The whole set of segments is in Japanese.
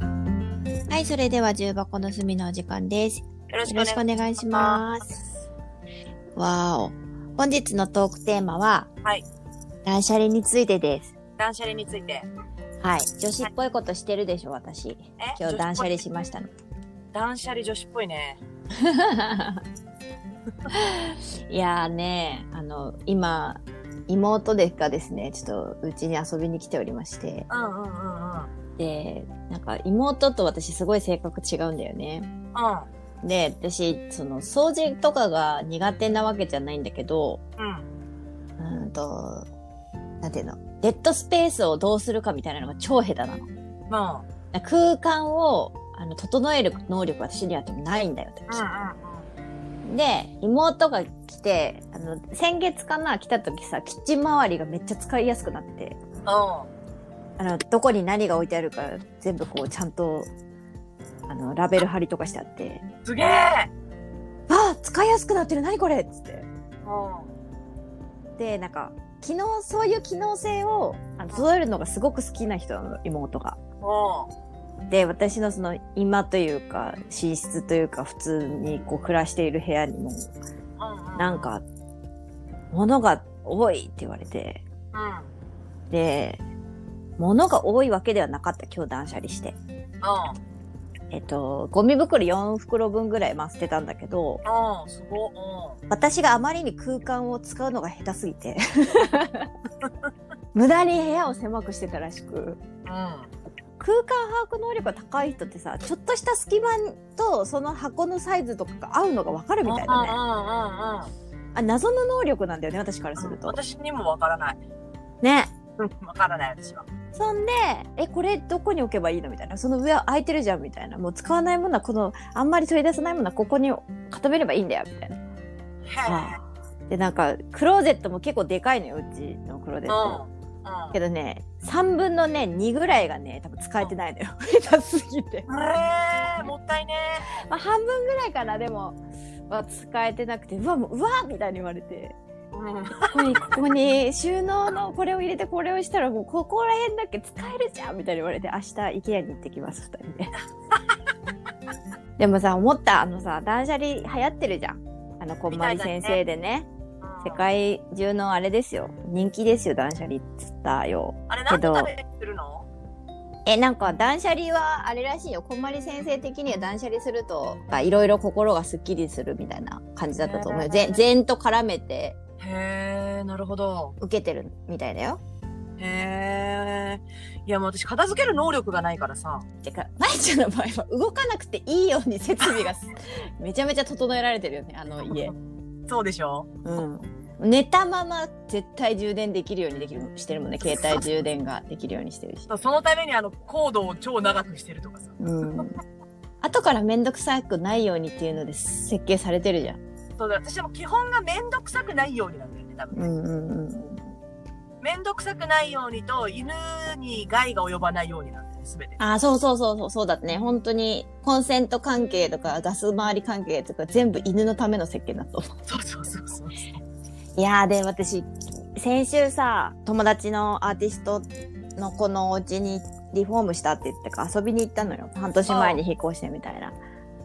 はい、それでは重箱の隅のお時間です。よよろしくおろしくお願願いいしします。わーお。本日のトークテーマは、はい。断捨離についてです。ます。断捨離について。はい。女子っぽいことしてるでしょ、私。え今日断捨離女子っしましたの。ぽい断捨離女子っぽいね。 いやーね、あの、今、妹ですかですね、ちょっとうちに遊びに来ておりまして。うんうんうんうん。うん。で、なんか妹と私すごい性格違うんだよね。で、私、その、掃除とかが苦手なわけじゃないんだけど、ううん。ーんと、なんていうの、デッドスペースをどうするかみたいなのが超下手なの。も空間を、あの、整える能力は私にはないんだよってう。うんうんで、妹が来て、あの、先月かな、来た時さ、キッチン周りがめっちゃ使いやすくなって、うん。うん。あの、どこに何が置いてあるか、全部こう、ちゃんと、あの、ラベル貼りとかしてあって、すげえあ使いやすくなってる何これっつって。うでなんか機能そういう機能性をあの揃えるのがすごく好きな人なの妹が。ん。うん。で私のその今というか寝室というか普通にこう暮らしている部屋にもうんうん。なん。か物が多いって言われてうん。うん。で物が多いわけではなかった今日断捨離して。うえっと、ゴミ袋4袋分ぐらい、まあ、捨てたんだけど、ん。うん。すごっ。私があまりに空間を使うのが下手すぎて、 無駄に部屋を狭くしてたらしく、うん。うん。空間把握能力が高い人ってさちょっとした隙間とその箱のサイズとかが合うのが分かるみたいなねうんうんうんうん。あ謎の能力なんだよね私からすると私にもわからない。ねうんわからない私は。そんでえこれどこに置けばいいのみたいなその上は空いてるじゃんみたいなもう使わないものはこのあんまり取り出さないものはここに固めればいいんだよみたいなへあでなんかクローゼットも結構でかいのようちのクローゼえ。ッうトん。うん。けどね3分のね2ぐらいがね多分使えてないのよ 下手すぎてえー、もったいねまあ、半分ぐらいからでも、まあ、使えてなくてうわもううわみたいに言われてー。うん。ここにここに収納のこれを入れてこれをしたらもうここら辺だけ使えるじゃんみたいに言われて明日 IKEA に行ってきます2人ででもさ思ったあのさ断捨離流行ってるじゃんあのこんまり先生でね世界中のあれですよ人気ですよ断捨離っつったよあれ何けどのためにするのえなんか断捨離はあれらしいよこんまり先生的には断捨離するといろいろ心がすっきりするみたいな感じだったと思うよへぜー禅と絡めてへえ、なるほど。受けてるみたいだよへえ。いや、もう私、片付ける能力がないからさ。てかまゆちゃんの場合は動かなくていいように設備が すめちゃめちゃ整えられてるよねあの家そうでしょうん寝たまま絶対充電できるようにできるしてるもん ね携帯充電ができるようにしてるしそうそのために、あの、コードを超長くしてるとかさ。うん後から面倒くさくないようにっていうので設計されてるじゃんそうだ、私はもう基本がめんどくさくないようになんだよね、多分。うんうんうんめんどくさくないようにと、犬に害が及ばないようになんだよね、すべて。あーそうそうそうそうそうだったね本当にコンセント関係とかガス回り関係とか全部犬のための設計だと思そうそうそうそう。ういやーで私先週さ友達のアーティストの子のお家にリフォームしたって言ってから遊びに行ったのよ半年前に引っ越してみたいな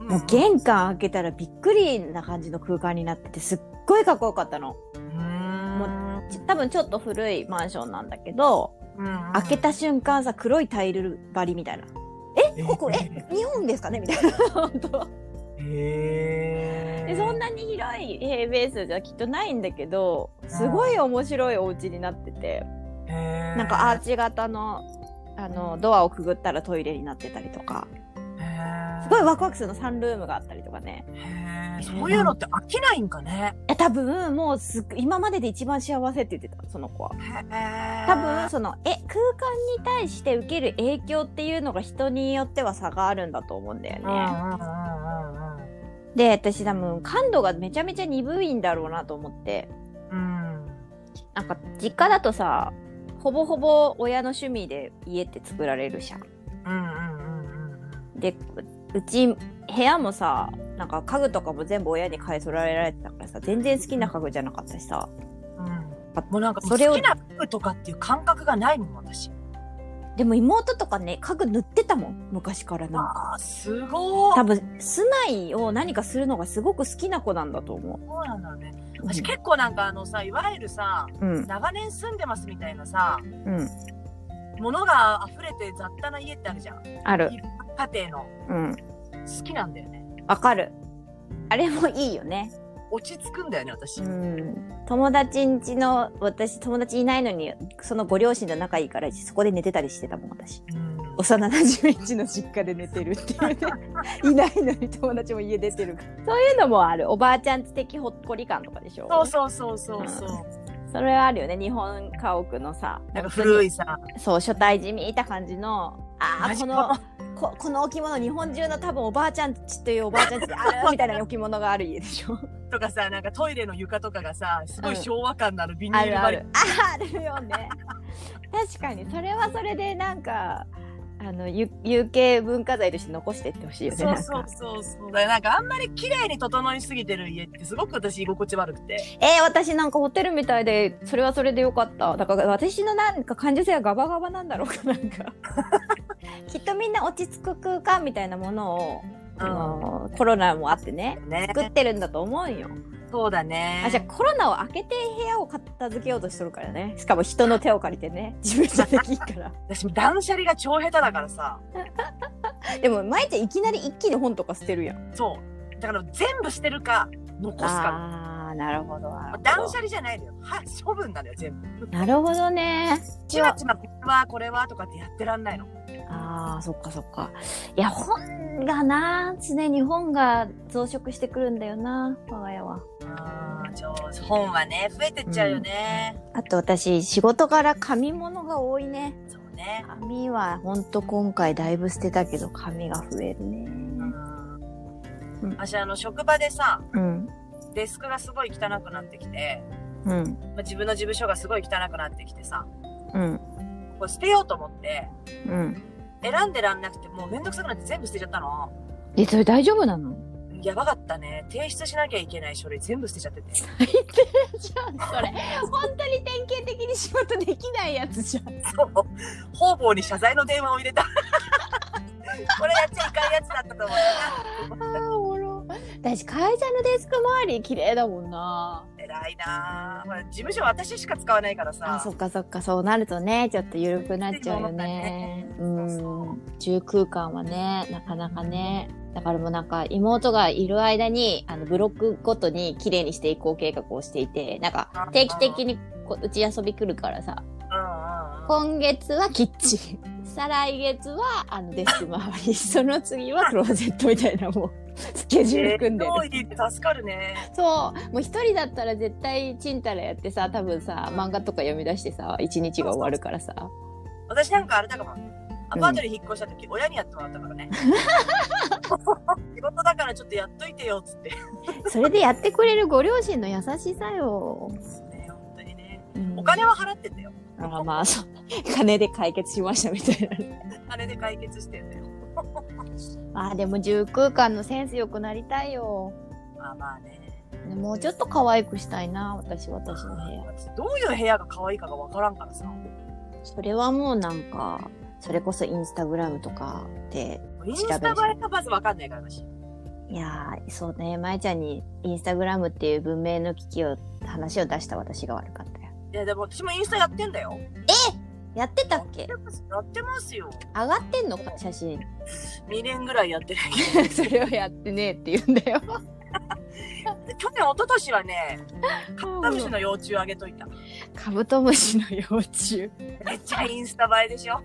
うんもう玄関開けたらびっくりな感じの空間になっててすっごいかっこよかったのうーん。ち多分ちょっと古いマンションなんだけどうん開けた瞬間さ黒いタイル張りみたいなえここえ日本ですかねみ たいな本当でへえ。そんなに広い平米数じゃきっとないんだけどすごい面白いお家になっててへーなんかアー、チ型のあのドアをくぐったらトイレになってたりとかすごいワクワクするのサンルームがあったりとかねク。へーそういうのって飽きないんかね。いや多分もうすっご今までで一番幸せって言ってたその子はへー多分そのえ空間に対して受ける影響っていうのが人によっては差があるんだと思うんだようんうんね、うんうんで私多分感度がめちゃめちゃ鈍いんだろうなと思ってうん。なんか実家だとさほぼほぼ親の趣味で家って作られるじゃん。うんうんうんうんでううち部屋もさなんか家具とかも全部親に買い揃えられてたからさ全然好きな家具じゃなかったしさうん。うん。もうなんかそれを好きな服とかっていう感覚がないもん私。でも妹とかね家具塗ってたもん昔からなんかあーすご多い。分住まいを何かするのがすごく好きな子なんだと思そうなんだろうね。う私結構なんかあのさ、いわゆるさ、うん長年住んでますみたいなさ、うん物が溢れて雑多な家ってあるじゃん。ある家庭の。うん好きなんだよね。わかるあれもいいよね落ち着くんだよね、私。うん友達ん家の私友達いないのにそのご両親と仲いいからそこで寝てたりしてたもん私うん幼なじみんちの実家で寝てるっていう ねいないのに友達も家出てるからそういうのもあるおばあちゃん知的ほっこり感とかでしょそうそうそうそうそう。それはあるよね日本家屋のさなんか古いさ、そう初対地味いた感じのあマージこかのここの置物日本中の多分おばあちゃんちというおばあちゃんちであるみたいな置物がある家でしょとかさ、なんかトイレの床とかがさ、すごいうん昭和感のあるビニあールる張ありる。あるよね確かにそれはそれでなんかあのゆ有形文化財として残していってほしいよねそうなんかそうそうそう。だからなんかあんまり綺麗に整いすぎてる家ってすごく私居心地悪くて。えー、私なんかホテルみたいでそれはそれでよかっただから私のなんか感受性はガバガバなんだろうかなんかきっとみんな落ち着く空間みたいなものを、あのコロナもあってねうん。ね。作ってるんだと思うんよそうだね。あじゃあコロナを開けて部屋を片付けようとしとるからねしかも人の手を借りてね自分じゃできんから私も断捨離が超下手だからさ。でも舞ちゃんいきなり一気に本とか捨てるやんそう。だから全部捨てるか、残すか。あーなるほどなるほど断捨離じゃないのよ。は、処分なのよ、全部。なるほどねちまちま、これは、これは、とかってやってらんないの。あーそっかそっかいや本がな常に本が増殖してくるんだよな我が家はああ、ちょ、本はね、増えてっちゃうよね。あと私仕事柄紙物が多いねそうね。紙はほんと今回だいぶ捨てたけど紙が増えるねうん。うん私、あの、職場でさ、うんデスクがすごい汚くなってきて、うんまあ自分の事務所がすごい汚くなってきてさ、うんこれ捨てようと思って、うん選んでらんなくて、もうめんどくさくなって全部捨てちゃったの。えそれ大丈夫なの やばかったね。提出しなきゃいけない書類全部捨てちゃってて。最低じゃんそれ本当に典型的に仕事できないやつじゃんそう。方々に謝罪の電話を入れた。 これやっちゃいかんやつだったと思うな。あーおもろ私会社のデスク周り綺麗だもんな偉いなぁ。ほら事務所は私しか使わないからさ。あそっかそっかそうなるとねちょっと緩くなっちゃうよね緩くうなるねん中空間はねなかなかねだからもうなんか妹がいる間にあのブロックごとに綺麗にしていこう計画をしていてなんか定期的にこうち遊び来るからさうん今月はキッチ ン再来月はあのデスク周り その次はクローゼットみたいなもうスケジュうんうーん。ル組んでるえー、料理って助かるね。そうもう一人だったら絶対チンタラやってさ多分さ漫画とか読み出してさ一日が終わるからさ私なんかあれだかも。アパートに引っ越した時、親にやってもらったから ね。仕事だからちょっとやっといてよっつって。それでやってくれるご両親の優しさよ、ね本当にね。うんお金は払ってたよ。あまあそう金で解決しましたみたい な金で解決してんだよ。あでも住空間のセンス良くなりたいよまあまあね。もうちょっと可愛くしたいな私私の部屋どういう部屋が可愛いかがわからんからさ。それはもうなんかそれこそインスタグラムとかでインスタ映えがまずわかんないから私。いやーそうねまえちゃんにインスタグラムっていう文明の危機を話を出した私が悪かったよいやでも私もインスタやってんだよ。やってたっけやってますやってますよ。上がってんのか写真2年ぐらいやってる。 それはやってねえって言うんだよ去年、一昨年はね、カブトムシの幼虫あげといた。 カブトムシの幼虫めっちゃインスタ映えでしょ。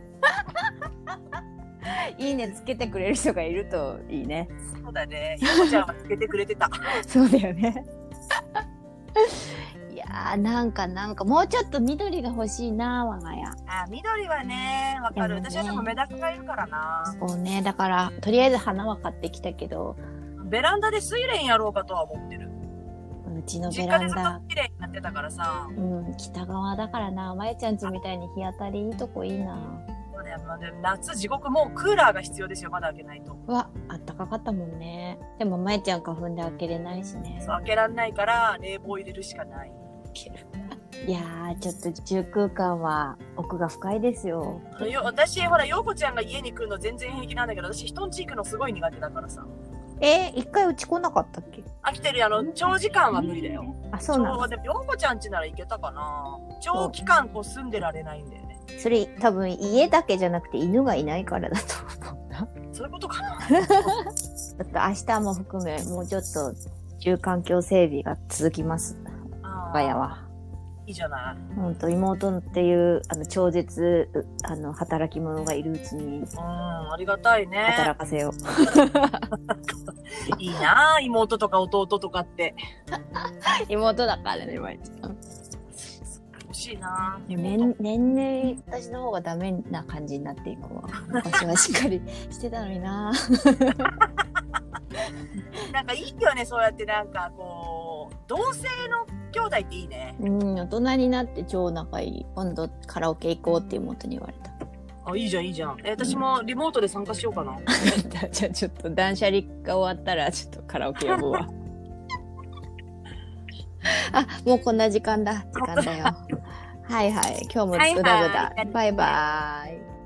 いいねつけてくれる人がいるといいねそうだね。ゆこちゃんはつけてくれてた。そうだよね いやーなんかなんかもうちょっと緑が欲しいな我が家あ、緑はね、わかる。でもね私はでもメダカがいるからな。そうねだからとりあえず花は買ってきたけどベランダで睡蓮やろうかとは思ってる。うちのベ実家ラでンずっダと綺麗になってたからさ。うん、北側だからな、まえちゃんちみたいに日当たりいいとこいいな。そうだよまあでも夏地獄もうクーラーが必要ですよ。まだ開けないと。うわ、あったかかったもんね。でもまえちゃん花粉で開けれないしね。そう開けられないから冷房入れるしかない。いやーちょっと宇宙空間は奥が深いですよあのよ私ほら陽子ちゃんが家に来るの全然平気なんだけど私人んち行くのすごい苦手だからさえー、一回打ち来なかったっけ飽きてるあの長時間は無理だよあそうなのそうでも陽子ちゃんちなら行けたかな長期間こう住んでられないんだよねそれ多分家だけじゃなくて犬がいないからだと思うなそういうことかな ちょっと明日も含めもうちょっと住環境整備が続きますあ我がー家はいいじゃない本当妹っていうあの超絶うあの働き者がいるうちにうんありがたいね働かせよう、いいなあ妹とか弟とかって 妹だからねまいちゃん欲しいなあ年年々私の方がダメな感じになっていくわ私はしっかりしてたのにななんかいいよねそうやってなんかこう同性の兄弟っていいねうん大人になって超仲いい今度カラオケ行こうって妹に言われたあいいじゃんいいじゃんえ私もリモートで参加しようかな じゃあちょっと断捨離が終わったらちょっとカラオケ呼ぶわ あもうこん な時間だ時間だよはいはい今日もつくだぐだ、はいはいバイバイ